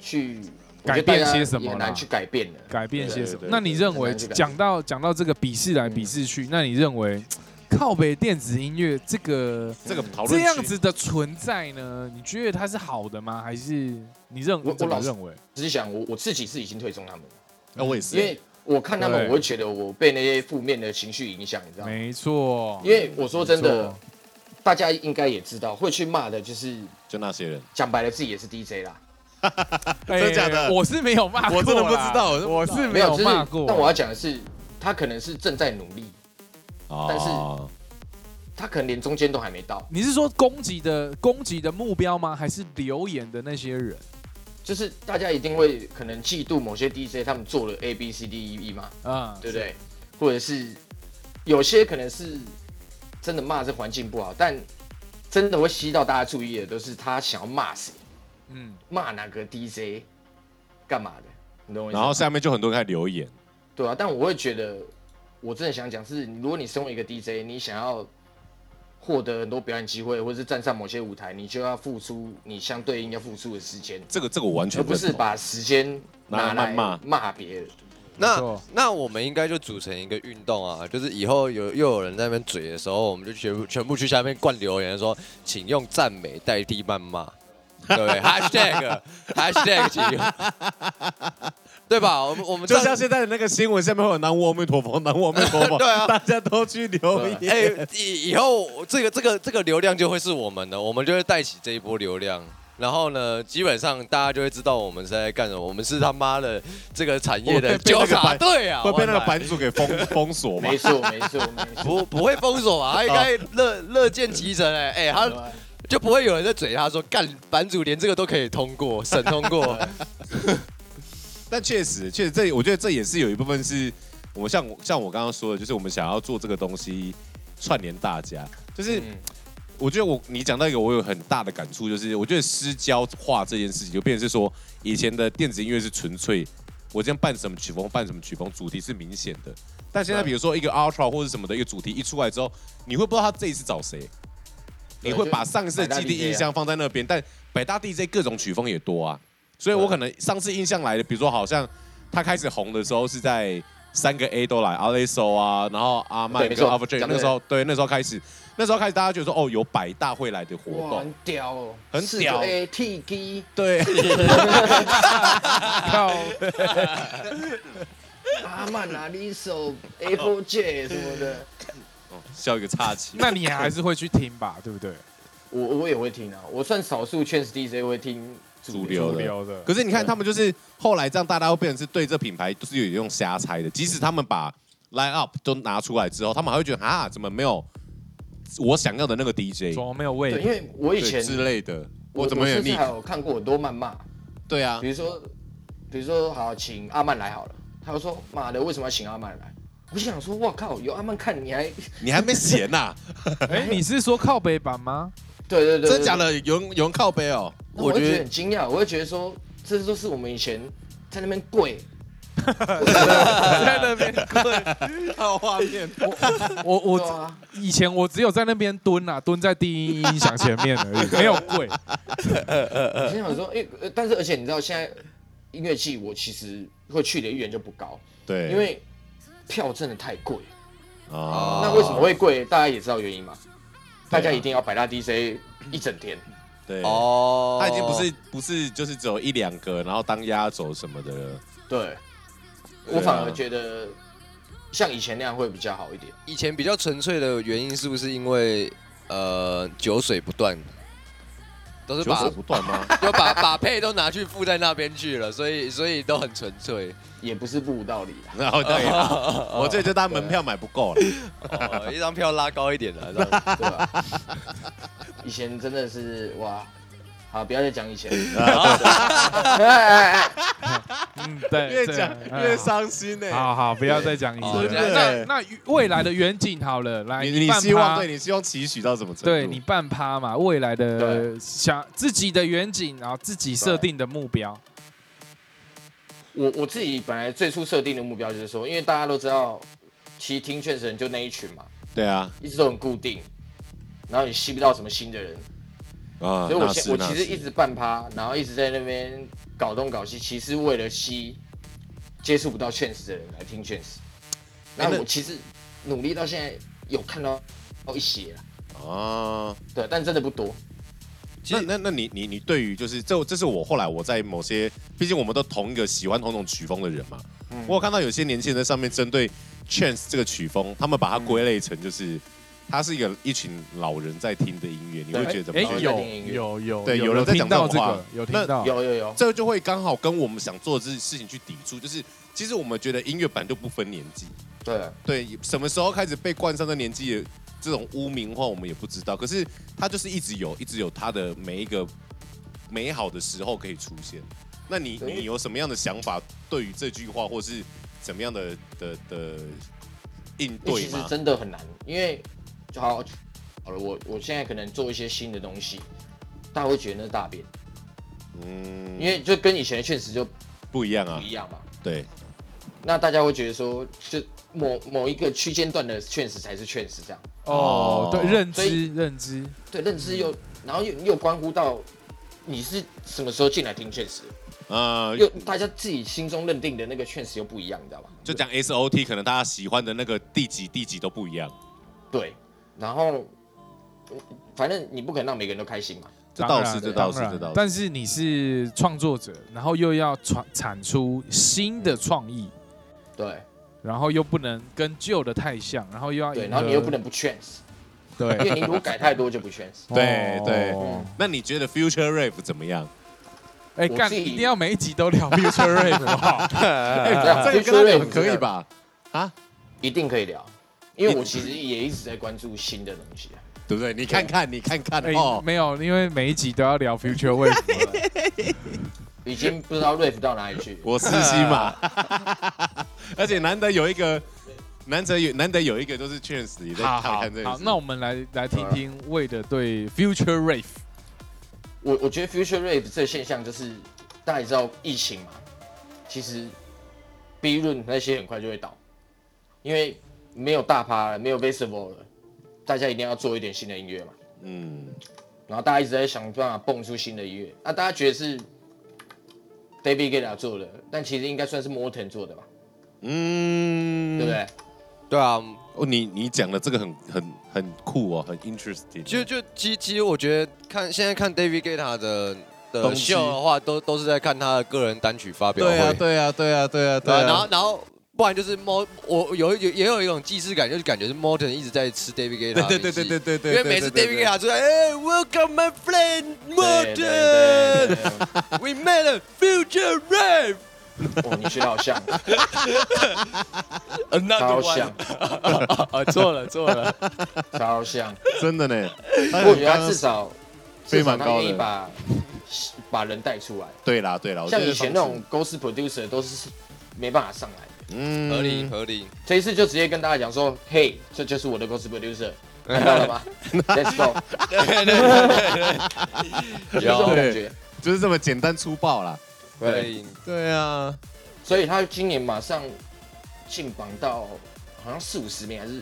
[SPEAKER 2] 去
[SPEAKER 4] 改变些什
[SPEAKER 2] 我觉得
[SPEAKER 4] 么啦
[SPEAKER 2] 大家也很难去改变的。
[SPEAKER 4] 改变些什么
[SPEAKER 3] 对对？对嗯
[SPEAKER 4] 那你认为
[SPEAKER 2] 对对对
[SPEAKER 4] 讲到讲到这个鄙视来鄙视去，那你认为靠北电子音乐这个
[SPEAKER 3] 这个讨论
[SPEAKER 4] 这
[SPEAKER 3] 区
[SPEAKER 4] 样子的存在呢？你觉得它是好的吗？还是你认
[SPEAKER 2] 我我
[SPEAKER 4] 怎么
[SPEAKER 2] 老实
[SPEAKER 4] 认为？
[SPEAKER 2] 只是想我我自己是已经退中他们了，
[SPEAKER 3] 那哦我也是
[SPEAKER 2] 因，为我看他
[SPEAKER 4] 对
[SPEAKER 2] 们，我会觉得我被那些负面的情绪影响，你知道吗？
[SPEAKER 4] 没错，
[SPEAKER 2] 因为我说真
[SPEAKER 4] 没
[SPEAKER 2] 的
[SPEAKER 4] 错，
[SPEAKER 2] 大家应该也知道，会去骂的，就是
[SPEAKER 3] 就那些人。
[SPEAKER 2] 讲白了，自己也是 DJ 啦。
[SPEAKER 3] 真
[SPEAKER 4] 哎
[SPEAKER 3] 的假的
[SPEAKER 4] 我是没有骂 过啦，
[SPEAKER 3] 我真的不知道我真的
[SPEAKER 4] 我是没
[SPEAKER 2] 没有，
[SPEAKER 4] 有
[SPEAKER 2] 就是
[SPEAKER 4] 骂过。
[SPEAKER 2] 但我要讲的是，他可能是正在努力，但是
[SPEAKER 3] 哦
[SPEAKER 2] 他可能连中间都还没到。
[SPEAKER 4] 你是说攻击的攻击的目标吗？还是留言的那些人？
[SPEAKER 2] 就是大家一定会可能嫉妒某些 DJ 他们做了 A B C D E E 嘛，
[SPEAKER 4] 啊，
[SPEAKER 2] 对不对？或者是有些可能是真的骂这环境不好，但真的会吸到大家注意的都是他想要骂谁，
[SPEAKER 4] 嗯，
[SPEAKER 2] 骂哪个 DJ，干嘛的，你懂我意思吗？
[SPEAKER 3] 然后下面就很多人开始留言，
[SPEAKER 2] 对啊，但我会觉得，我真的想讲是，如果你身为一个 DJ，你想要获得很多表演机会，或者是站上某些舞台，你就要付出你相对应要付出的时间，
[SPEAKER 3] 这个这个我完全
[SPEAKER 2] 而不
[SPEAKER 3] 认
[SPEAKER 2] 是
[SPEAKER 3] 同
[SPEAKER 2] 把时间拿
[SPEAKER 3] 拿来
[SPEAKER 2] 来
[SPEAKER 3] 骂
[SPEAKER 2] 骂别人。
[SPEAKER 4] 没
[SPEAKER 5] 那
[SPEAKER 4] 错
[SPEAKER 5] 那我们应该就组成一个运动啊，就是以后有又有人在那边嘴的时候，我们就全部全部去下面灌留言说，请用赞美代替谩骂，对不对？#hashtag hashtag 请用对吧？我们我们
[SPEAKER 3] 就
[SPEAKER 5] 这
[SPEAKER 3] 像
[SPEAKER 5] 样
[SPEAKER 3] 现在的那个新闻下面会有南无阿弥陀佛，南无阿弥陀佛，
[SPEAKER 5] 对啊
[SPEAKER 3] 大家都去留言。
[SPEAKER 5] 哎、 以以后这个这个这个流量就会是我们的，我们就会带起这一波流量。然后呢，基本上大家就会知道我们是在干什么，我们是他妈的这个产业的
[SPEAKER 3] 会被那
[SPEAKER 5] 纠
[SPEAKER 3] 个
[SPEAKER 5] 察
[SPEAKER 3] 版
[SPEAKER 5] 队啊，
[SPEAKER 3] 会被那个
[SPEAKER 5] 哇塞
[SPEAKER 3] 版主给 封封锁吗
[SPEAKER 2] 没？错，没错，没 错。
[SPEAKER 5] 不不会封锁 吧？他应该乐乐见其成哎、哎、
[SPEAKER 2] 对啊
[SPEAKER 5] 他就不会有人在嘴他说干版主连这个都可以通 过审通过，
[SPEAKER 3] 但确实，确实这我觉得这也是有一部分是我像我像我刚刚说的，就是我们想要做这个东西串联大家，就是。
[SPEAKER 2] 嗯
[SPEAKER 3] 我觉得我你讲到一个我有很大的感触，就是我觉得私交化这件事情就变成是说，以前的电子音乐是纯粹我今天办什么曲风，办什么曲风，主题是明显的。但现在
[SPEAKER 2] 对
[SPEAKER 3] 比如说一个 ultra 或者什么的一个主题一出来之后，你会不知道他这一次找谁，
[SPEAKER 2] 对
[SPEAKER 3] 你会把上一次的基地
[SPEAKER 2] 啊
[SPEAKER 3] 印象放在那边，但百大 DJ 各种曲风也多啊，所以我可能上次印象来的，比如说好像他开始红的时候是在三个 A 都来阿雷索啊，然后阿曼
[SPEAKER 2] 对没
[SPEAKER 3] 跟
[SPEAKER 2] 错
[SPEAKER 3] a l p J
[SPEAKER 2] 讲
[SPEAKER 3] 那
[SPEAKER 2] 得
[SPEAKER 3] 时候对那时候开始，那时候开始大家觉得说哦有百大会来的活
[SPEAKER 2] 哇，
[SPEAKER 3] 动
[SPEAKER 2] 很，屌哦，
[SPEAKER 3] 很屌
[SPEAKER 2] 哎，T G
[SPEAKER 3] 对
[SPEAKER 4] 靠，
[SPEAKER 2] 阿曼拿一手 Apple J 什么的，
[SPEAKER 3] 笑一个岔气。
[SPEAKER 4] 那你还是会去听吧， 对不对？
[SPEAKER 2] 我我也会听啊，我算少数确实 DJ 会听
[SPEAKER 3] 主流的
[SPEAKER 4] 主流的
[SPEAKER 3] 可是你看，他们就是后来这样，大家会变成是对这品牌都是有用瞎猜的。即使他们把 line up 都拿出来之后，他们还会觉得啊，怎么没有我想要的那个 DJ
[SPEAKER 4] 怎么没有味
[SPEAKER 2] 对，因为我以
[SPEAKER 3] 对
[SPEAKER 2] 前
[SPEAKER 3] 之类的？
[SPEAKER 2] 我
[SPEAKER 3] 我怎么有
[SPEAKER 2] 甚至
[SPEAKER 3] 你
[SPEAKER 2] 还？有看过很多谩骂，
[SPEAKER 3] 对啊
[SPEAKER 2] 比，如说，比如说好，请阿曼来好了，他就说妈的，为什么要请阿曼来？我就想说，哇靠，有阿曼看你还，
[SPEAKER 3] 你还没闲啊呐、
[SPEAKER 4] 哎，你是说靠北版吗？
[SPEAKER 2] 对对对，
[SPEAKER 3] 真假
[SPEAKER 2] 对？
[SPEAKER 3] 的？有人有人靠背哦，
[SPEAKER 2] 那我
[SPEAKER 5] 我觉
[SPEAKER 2] 觉
[SPEAKER 5] 得
[SPEAKER 2] 得很惊讶，我会觉得说，这都是我们以前在那边跪，
[SPEAKER 4] 在那边
[SPEAKER 3] 有画面。
[SPEAKER 4] 我
[SPEAKER 2] 对
[SPEAKER 4] 我
[SPEAKER 2] 啊
[SPEAKER 4] 以前我只有在那边蹲啊，蹲在第一音响前面而已，没有跪。
[SPEAKER 2] 我心想说，哎、呃但是而且你知道现在音乐季我其实会去的意愿就不高，
[SPEAKER 3] 对，
[SPEAKER 2] 因为票真的太贵。
[SPEAKER 3] 啊，
[SPEAKER 2] 那为什么会贵？大家也知道原因嘛，大家一定要百大 DJ 一整天。
[SPEAKER 3] 对哦，
[SPEAKER 5] 哦，
[SPEAKER 3] 他已经不是不是就是只有一两个，然后当压轴什么的了。
[SPEAKER 2] 对，
[SPEAKER 3] 对
[SPEAKER 2] 我
[SPEAKER 3] 啊
[SPEAKER 2] 反而觉得像以前那样会比较好一点。
[SPEAKER 5] 以前比较纯粹的原因，是不是因为呃酒水不断，都是
[SPEAKER 3] 九
[SPEAKER 5] 把
[SPEAKER 3] 手不断吗？
[SPEAKER 5] 就把把配 都拿去付在那边去了，所以所以都很纯粹，
[SPEAKER 2] 也不是不无道理啦。
[SPEAKER 3] 然后当然，哦
[SPEAKER 5] 啊
[SPEAKER 3] 我这就当门票买不够了。
[SPEAKER 5] 哦、一张票拉高一点了，这样
[SPEAKER 2] 啊对吧？以前真的是哇，好，不要再讲以前。 哎
[SPEAKER 4] 嗯，对，
[SPEAKER 3] 越
[SPEAKER 4] 对
[SPEAKER 3] 讲
[SPEAKER 4] 哎
[SPEAKER 3] 越伤心欸呢、
[SPEAKER 4] 好好，不要再讲以
[SPEAKER 5] 好
[SPEAKER 4] 前
[SPEAKER 5] 这样
[SPEAKER 4] 了。哦那那未来的远景好了，来，
[SPEAKER 3] 你你
[SPEAKER 4] 办
[SPEAKER 3] 希望
[SPEAKER 4] 趴
[SPEAKER 3] 对你希望期许到什么程度？
[SPEAKER 4] 对你半趴嘛，未来的
[SPEAKER 2] 对
[SPEAKER 4] 想自己的远景，然后自己设定的目标，
[SPEAKER 2] 我我自己本来最初设定的目标就是说，因为大家都知道，其实听劝神就那一群嘛，
[SPEAKER 3] 对啊
[SPEAKER 2] 一直都很固定，然后也吸不到什么新的人，
[SPEAKER 3] 啊，
[SPEAKER 2] 所以我
[SPEAKER 3] 那
[SPEAKER 2] 现
[SPEAKER 3] 是
[SPEAKER 2] 我
[SPEAKER 3] 那
[SPEAKER 2] 其实
[SPEAKER 3] 是
[SPEAKER 2] 一直半趴，然后一直在那边搞东搞西，其实为了吸接触不到劝死的人来听劝死。那
[SPEAKER 3] 哎那
[SPEAKER 2] 我其实努力到现在有看到到一些啦，
[SPEAKER 3] 啊。
[SPEAKER 2] 对，但真的不多。
[SPEAKER 3] 那那那你你你对于就是这这是我后来我在某些，毕竟我们都同一个喜欢同种曲风的人嘛，
[SPEAKER 4] 嗯
[SPEAKER 3] 我有看到有些年轻人在上面针对 Chance 这个曲风，他们把它归类成就是。它是一个一群老人在听的音乐，你会觉得怎么
[SPEAKER 4] 哎
[SPEAKER 3] 样？
[SPEAKER 2] 哎
[SPEAKER 4] 有
[SPEAKER 2] 有人在
[SPEAKER 3] 对
[SPEAKER 4] 有有，
[SPEAKER 3] 有
[SPEAKER 4] 有
[SPEAKER 3] 人在
[SPEAKER 4] 听
[SPEAKER 3] 讲
[SPEAKER 4] 到
[SPEAKER 3] 这
[SPEAKER 4] 这
[SPEAKER 3] 种话
[SPEAKER 4] 个，有听
[SPEAKER 3] 啊
[SPEAKER 4] 到，
[SPEAKER 2] 有有有，
[SPEAKER 3] 这就会刚好跟我们想做的事事情去抵触。就是其实我们觉得音乐版就不分年纪，
[SPEAKER 2] 对，
[SPEAKER 3] 对，什么时候开始被冠上这年纪的这种污名化，我们也不知道。可是它就是一直有，一直有它的每一个美好的时候可以出现。那你
[SPEAKER 2] 对
[SPEAKER 3] 你有什么样的想法对于这句话，或是怎么样的的的应
[SPEAKER 2] 因为其
[SPEAKER 3] 对
[SPEAKER 2] 实
[SPEAKER 3] 吗？
[SPEAKER 2] 真的很难，因为就好好了，我我现在可能做一些新的东西，大家会觉得那是大便，
[SPEAKER 3] 嗯，
[SPEAKER 2] 因为就跟以前的确实就
[SPEAKER 3] 不一样啊
[SPEAKER 2] 不，一样嘛。
[SPEAKER 3] 对，
[SPEAKER 2] 那大家会觉得说，就某某一个区间段的确实才是确实这样，
[SPEAKER 4] 哦
[SPEAKER 3] 哦，
[SPEAKER 4] 对，认
[SPEAKER 2] 所以
[SPEAKER 4] 知认知，
[SPEAKER 2] 对，认知
[SPEAKER 4] 嗯
[SPEAKER 2] 又，然后又又关乎到你是什么时候进来听确实，
[SPEAKER 3] 呃，
[SPEAKER 2] 又大家自己心中认定的那个确实又不一样，你知道吧？
[SPEAKER 3] 就讲 SOT，可能大家喜欢的那个第几第几都不一样，
[SPEAKER 2] 对，然后嗯反正你不可能让每个人都开心嘛，
[SPEAKER 3] 这
[SPEAKER 4] 当
[SPEAKER 3] 倒
[SPEAKER 4] 然
[SPEAKER 3] 是，这
[SPEAKER 4] 当
[SPEAKER 3] 倒是，
[SPEAKER 4] 然
[SPEAKER 3] 这倒是。
[SPEAKER 4] 但是你是创作者，然后又要产产出新的创意，
[SPEAKER 2] 对
[SPEAKER 4] 然后又不能跟旧的太像，然后又要
[SPEAKER 2] 对，
[SPEAKER 4] 迎
[SPEAKER 2] 然后你又
[SPEAKER 4] 合
[SPEAKER 2] 不能不确实，
[SPEAKER 4] 对
[SPEAKER 2] 因为你 如果改太多就不确实。
[SPEAKER 3] 对
[SPEAKER 4] 哦
[SPEAKER 3] 对那你觉得 Future Rave 怎么样？
[SPEAKER 4] 哎，
[SPEAKER 2] 我
[SPEAKER 4] 干，
[SPEAKER 2] 自己
[SPEAKER 4] 一定要每一集都聊 future rave 好不好？
[SPEAKER 2] 啊
[SPEAKER 3] 这个跟他
[SPEAKER 2] Future
[SPEAKER 3] 聊
[SPEAKER 2] Rave
[SPEAKER 3] 可以吧？啊，
[SPEAKER 2] 一定可以聊，因为我其实也一直在关注新的东西啊。
[SPEAKER 3] 对不对？你看看，你看看
[SPEAKER 4] 哎，
[SPEAKER 3] 哦，
[SPEAKER 4] 没有，因为每一集都要聊 future wave，
[SPEAKER 2] 已经不知道 rave 到哪里去。
[SPEAKER 3] 我私心嘛，而且难得有一个，难得有难得有一个都是确实也在
[SPEAKER 4] 好
[SPEAKER 3] 看
[SPEAKER 4] 好
[SPEAKER 3] 看这
[SPEAKER 4] 好
[SPEAKER 3] 个，事。啊
[SPEAKER 4] 那我们来来听听魏的对 future rave，
[SPEAKER 2] 我我觉得 future rave 这个现象就是大家也知道疫情嘛，其实 B 润那些很快就会倒，因为没有大趴了，没有 festival 了，大家一定要做一点新的音乐嘛。
[SPEAKER 3] 嗯，
[SPEAKER 2] 然后大家一直在想办法蹦出新的音乐，那、啊大家觉得是 David Guetta 做的，但其实应该算是 Morton 做的吧，
[SPEAKER 3] 嗯，
[SPEAKER 2] 对不？对？
[SPEAKER 5] 对啊，
[SPEAKER 3] 哦，你你讲的这个很很很酷哦，很 interesting。
[SPEAKER 5] 就就其其实我觉得看现在看 David Guetta 的
[SPEAKER 3] 东
[SPEAKER 5] 的
[SPEAKER 3] 西
[SPEAKER 5] 秀的话，都都是在看他的个人单曲发表会。
[SPEAKER 3] 对啊，对啊，对啊，对啊，对
[SPEAKER 5] 对啊，
[SPEAKER 3] 啊。
[SPEAKER 5] 然后然后不然就是猫，我有有也有一种既视感，就是感觉是 Morton 一直在吃 David Guetta 的
[SPEAKER 3] 对对
[SPEAKER 5] 东西
[SPEAKER 3] 对对对对，
[SPEAKER 5] 因为每次
[SPEAKER 3] 对
[SPEAKER 5] David Guetta 出来，哎，Welcome my friend
[SPEAKER 2] 对对
[SPEAKER 5] Morton，We
[SPEAKER 2] 对对
[SPEAKER 5] made a future
[SPEAKER 2] 对
[SPEAKER 5] rave。
[SPEAKER 2] 哦，你学的好像，
[SPEAKER 5] Another
[SPEAKER 2] 超像，
[SPEAKER 3] 哦
[SPEAKER 5] 啊，错了错 了，
[SPEAKER 2] 超像。
[SPEAKER 3] 真的呢，
[SPEAKER 4] 哎
[SPEAKER 2] 我觉得他至少
[SPEAKER 3] 飞
[SPEAKER 2] 至少
[SPEAKER 3] 蛮
[SPEAKER 2] 他
[SPEAKER 3] 高
[SPEAKER 2] 愿意
[SPEAKER 3] 的。
[SPEAKER 2] 把 把人带出来，
[SPEAKER 3] 对啦对
[SPEAKER 4] 哦
[SPEAKER 3] 啦，我觉
[SPEAKER 2] 像
[SPEAKER 3] 得
[SPEAKER 2] 以前那种 ghost producer 都是没办法上来的。
[SPEAKER 3] 嗯
[SPEAKER 5] 合理 合理。
[SPEAKER 2] 这一次就直接跟大家讲说，嘿，这就是我的 ghost producer，看 到了吗？Let's go，就是这种感觉。
[SPEAKER 3] 就是这么简单粗暴啦。
[SPEAKER 5] 可
[SPEAKER 2] 对，
[SPEAKER 5] 以，
[SPEAKER 3] 对啊，
[SPEAKER 2] 所以他今年马上进榜到好像四五十名还是，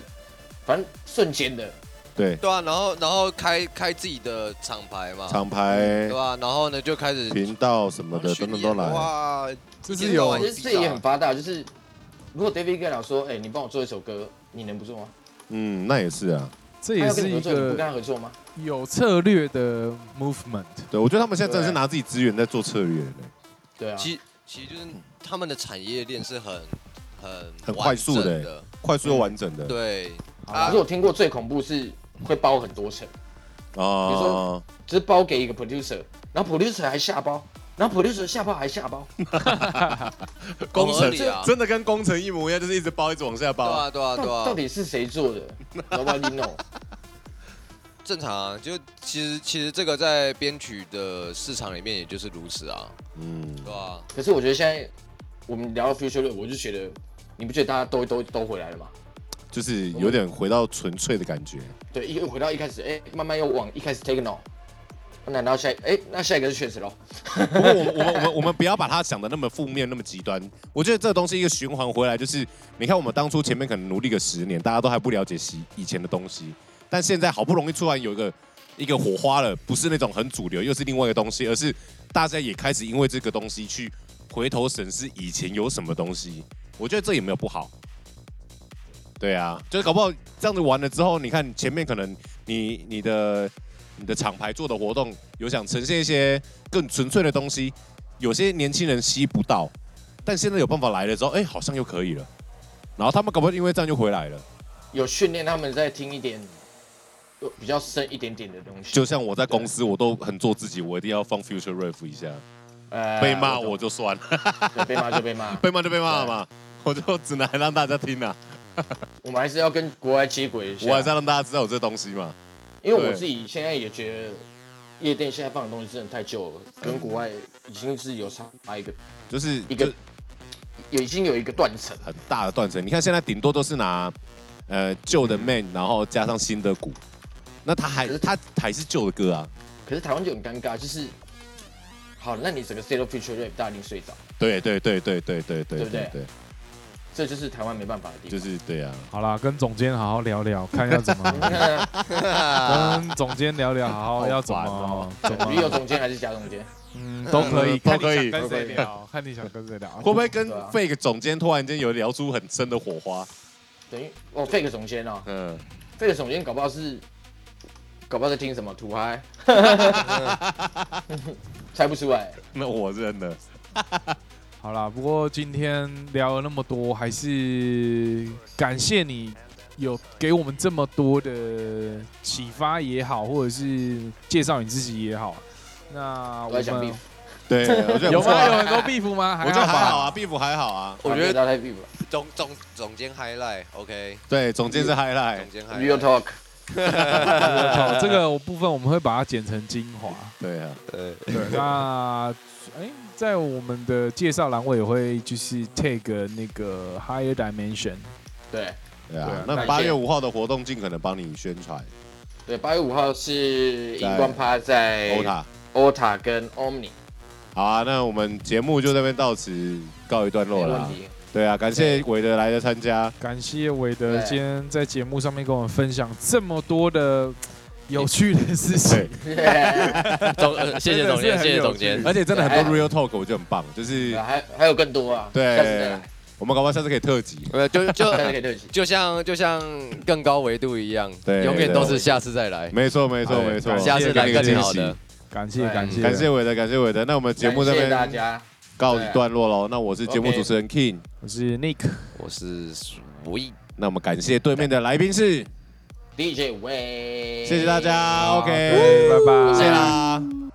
[SPEAKER 2] 反正瞬间的，
[SPEAKER 3] 对，
[SPEAKER 5] 对啊，然后然后开开自己的厂牌嘛，
[SPEAKER 3] 厂牌
[SPEAKER 5] 啊对、吧？然后呢就开始
[SPEAKER 3] 频道什么的等
[SPEAKER 5] 巡
[SPEAKER 3] 等
[SPEAKER 5] 演
[SPEAKER 3] 都来。
[SPEAKER 5] 哇，
[SPEAKER 4] 这
[SPEAKER 5] 一
[SPEAKER 4] 是
[SPEAKER 5] 天到
[SPEAKER 4] 有
[SPEAKER 2] 我
[SPEAKER 5] 晚
[SPEAKER 2] 觉得这也很
[SPEAKER 5] 啊
[SPEAKER 2] 发达。就是如果 David Guetta 说，哎，你帮我做一首歌，你能不做吗？
[SPEAKER 3] 嗯，那也是啊。
[SPEAKER 4] 这
[SPEAKER 2] 他
[SPEAKER 4] 也
[SPEAKER 2] 要跟
[SPEAKER 4] 是
[SPEAKER 2] 你
[SPEAKER 4] 一
[SPEAKER 2] 合作，你不跟
[SPEAKER 4] 个
[SPEAKER 2] 他合作吗？
[SPEAKER 4] 有策略的 movement。
[SPEAKER 3] 对，我觉得他们现在真的是
[SPEAKER 2] 对
[SPEAKER 3] 拿自己资源在做策略呢，
[SPEAKER 2] 对啊，
[SPEAKER 5] 其其实就是他们的产业链是很很
[SPEAKER 3] 很快速的
[SPEAKER 5] 完整
[SPEAKER 3] 欸
[SPEAKER 5] 的，
[SPEAKER 3] 快速又完整的。
[SPEAKER 5] 对
[SPEAKER 2] 可
[SPEAKER 5] 啊
[SPEAKER 2] 是，我听过最恐怖是会包很多层，比如
[SPEAKER 3] 哦
[SPEAKER 2] 说，只是包给一个 producer，然后 producer 还下包，然后 producer 下包还下包，
[SPEAKER 5] 啊工
[SPEAKER 3] 程
[SPEAKER 5] 程啊，
[SPEAKER 3] 真的跟工程一模一样，就是一直包一直往下
[SPEAKER 5] 对
[SPEAKER 3] 包。
[SPEAKER 5] 啊对
[SPEAKER 2] 到
[SPEAKER 5] 啊对
[SPEAKER 2] 到
[SPEAKER 5] 啊，
[SPEAKER 2] 底是谁做 的？Nobody know。
[SPEAKER 5] 正常啊，就其实其实这个在编曲的市场里面也就是如此啊，
[SPEAKER 3] 嗯，
[SPEAKER 5] 对吧？
[SPEAKER 2] 可是我觉得现在我们聊到 future Love，我就觉得你不觉得大家都都都回来了吗？
[SPEAKER 3] 就是有点回到纯粹的感觉。
[SPEAKER 2] 对，一回到一开始，哎、慢慢又往一开始 techno，难道下一哎、那下一个是确实咯？
[SPEAKER 3] 不过我们我们我们我们不要把它想的那么负面那么极端。我觉得这个东西一个循环回来，就是你看我们当初前面可能努力个十年，大家都还不了解习以前的东西，但现在好不容易突然有一个一个火花了，不是那种很主流，又是另外一个东西，而是大家也开始因为这个东西去回头审视以前有什么东西。我觉得这也没有不好。对啊，就是搞不好这样子玩了之后，你看前面可能你你的你的厂牌做的活动有想呈现一些更纯粹的东西，有些年轻人吸不到，但现在有办法来了之后，哎、好像又可以了。然后他们搞不好因为这样就回来了，
[SPEAKER 2] 有训练他们再听一点，有比较深一点点的东西。
[SPEAKER 3] 就像我在公司，我都很做自己，我一定要放 Future Rave 一下，
[SPEAKER 2] 呃
[SPEAKER 3] 被骂
[SPEAKER 2] 懂
[SPEAKER 3] 我就 算了，，
[SPEAKER 2] 对被骂就被骂
[SPEAKER 3] 被骂就被骂嘛，我就只能让大家听啊，
[SPEAKER 2] 我们还是要跟国外接轨一下。
[SPEAKER 3] 我还是要让大家知道有这东西嘛。
[SPEAKER 2] 因为我
[SPEAKER 3] 对
[SPEAKER 2] 自己现在也觉得，夜店现在放的东西真的太旧了，跟国外已经是有差一个，
[SPEAKER 3] 就是
[SPEAKER 2] 一
[SPEAKER 3] 就
[SPEAKER 2] 个也已经有一个断层。
[SPEAKER 3] 很大的断层。你看现在顶多都是拿呃旧的 man，然后加上新的鼓，那他还
[SPEAKER 2] 嗯可是
[SPEAKER 3] 他还是旧的歌啊。
[SPEAKER 2] 可是台湾就很尴尬，就是好，那你整个 Zero Future Rap 大家一定睡着，
[SPEAKER 3] 对对对对对对对
[SPEAKER 2] 对不对
[SPEAKER 3] 对，
[SPEAKER 2] 这就是台湾没办法的地方。
[SPEAKER 3] 就是对啊，
[SPEAKER 4] 好啦，跟总监好好聊聊，看一下怎
[SPEAKER 2] 你
[SPEAKER 4] 么
[SPEAKER 2] 看啊，
[SPEAKER 4] 跟总监聊聊，好好
[SPEAKER 3] 好
[SPEAKER 4] 要怎
[SPEAKER 3] 烦
[SPEAKER 4] 么
[SPEAKER 3] 哦
[SPEAKER 4] 怎
[SPEAKER 2] 旅游
[SPEAKER 4] 么，
[SPEAKER 2] 总监还是假总监？
[SPEAKER 4] 嗯，都可以，
[SPEAKER 3] 嗯都
[SPEAKER 4] 看你
[SPEAKER 3] 可
[SPEAKER 4] 想
[SPEAKER 3] 以
[SPEAKER 2] 都
[SPEAKER 4] 跟谁
[SPEAKER 2] 可以
[SPEAKER 4] 聊，看你想跟谁聊，
[SPEAKER 3] 会不会跟
[SPEAKER 2] 对啊
[SPEAKER 3] fake 总监突然间有聊出很深的火花？
[SPEAKER 2] 等于哦，fake 总监哦
[SPEAKER 3] 嗯，
[SPEAKER 2] ，fake 总监搞不好是，搞不好在听什么土嗨，猜不出来。
[SPEAKER 3] 那我认了。
[SPEAKER 4] 好啦，不过今天聊了那么多，还是感谢你有给我们这么多的启发也好，或者是介绍你自己也好。那我
[SPEAKER 2] 都在讲
[SPEAKER 4] 们
[SPEAKER 2] beef，
[SPEAKER 3] 对，我觉得
[SPEAKER 4] 有
[SPEAKER 3] 不错
[SPEAKER 4] 吗？
[SPEAKER 3] 啊
[SPEAKER 4] 有 很多 beef 吗？
[SPEAKER 3] 我觉得还好
[SPEAKER 4] 吧。
[SPEAKER 3] 啊，壁虎还好啊。
[SPEAKER 5] 我觉得
[SPEAKER 2] 大家 beef 了
[SPEAKER 5] 总总总监 highlight，OK，
[SPEAKER 3] 对，总监是 highlight
[SPEAKER 5] 总。监
[SPEAKER 2] ，real
[SPEAKER 5] highlight，
[SPEAKER 2] talk，
[SPEAKER 4] 好，这个部分我们会把它剪成精华。
[SPEAKER 3] 对啊，
[SPEAKER 5] 对，
[SPEAKER 4] 那哎、在我们的介绍栏我也会就是 take 那个 higher dimension。
[SPEAKER 2] 对
[SPEAKER 3] 对
[SPEAKER 4] 对
[SPEAKER 3] 啊
[SPEAKER 4] 啊。
[SPEAKER 3] 那
[SPEAKER 2] 感谢
[SPEAKER 3] 八月五号的活动尽可能帮你宣传。
[SPEAKER 2] 对，八月五号是
[SPEAKER 3] 在
[SPEAKER 2] 荧光趴在
[SPEAKER 3] 欧塔，
[SPEAKER 2] OTA 跟 Omni，
[SPEAKER 3] 好啊，那我们节目就这边到此告一段
[SPEAKER 2] 没
[SPEAKER 3] 落
[SPEAKER 2] 问
[SPEAKER 3] 了。
[SPEAKER 2] 题。
[SPEAKER 3] 对啊，感谢韦德来的参加。
[SPEAKER 4] 感谢韦德
[SPEAKER 2] 对
[SPEAKER 4] 今天在节目上面跟我们分享这么多的有趣的事情
[SPEAKER 3] 对。
[SPEAKER 5] 总呃谢谢
[SPEAKER 4] 真的
[SPEAKER 5] 总
[SPEAKER 4] 是
[SPEAKER 5] 监，
[SPEAKER 4] 很
[SPEAKER 5] 谢谢
[SPEAKER 4] 有
[SPEAKER 5] 总
[SPEAKER 4] 趣
[SPEAKER 5] 监，
[SPEAKER 3] 而且真的很多
[SPEAKER 2] 对
[SPEAKER 3] real talk，我觉得很棒，就是
[SPEAKER 2] 啊还还有更多啊，
[SPEAKER 3] 对
[SPEAKER 2] 下次再来，
[SPEAKER 3] 我们搞不好下次可以特辑。
[SPEAKER 5] 呃，就就
[SPEAKER 2] 下次可以特辑。
[SPEAKER 5] 就像就像更高维度一样，
[SPEAKER 3] 对
[SPEAKER 5] 永远都
[SPEAKER 3] 对
[SPEAKER 5] 是下次再来，
[SPEAKER 3] 没错，没错，
[SPEAKER 4] 哎
[SPEAKER 3] 没错。
[SPEAKER 5] 下次来
[SPEAKER 3] 给你个
[SPEAKER 5] 更
[SPEAKER 3] 惊
[SPEAKER 5] 好
[SPEAKER 3] 喜
[SPEAKER 5] 的。。
[SPEAKER 4] 感谢
[SPEAKER 2] 对
[SPEAKER 4] 感谢
[SPEAKER 3] 感谢韦德，感谢韦德。那我们节目这
[SPEAKER 2] 感谢大
[SPEAKER 3] 边
[SPEAKER 2] 家，
[SPEAKER 3] 告一段落喽。那我是节目主持人 King。
[SPEAKER 4] 我是 Nick，
[SPEAKER 5] 我是 Sweet，
[SPEAKER 3] 那我们感谢对面的来宾是，
[SPEAKER 2] DJ 喂，
[SPEAKER 3] 谢谢大家。
[SPEAKER 4] 好
[SPEAKER 3] OK，
[SPEAKER 4] 对拜拜，
[SPEAKER 3] 谢啦。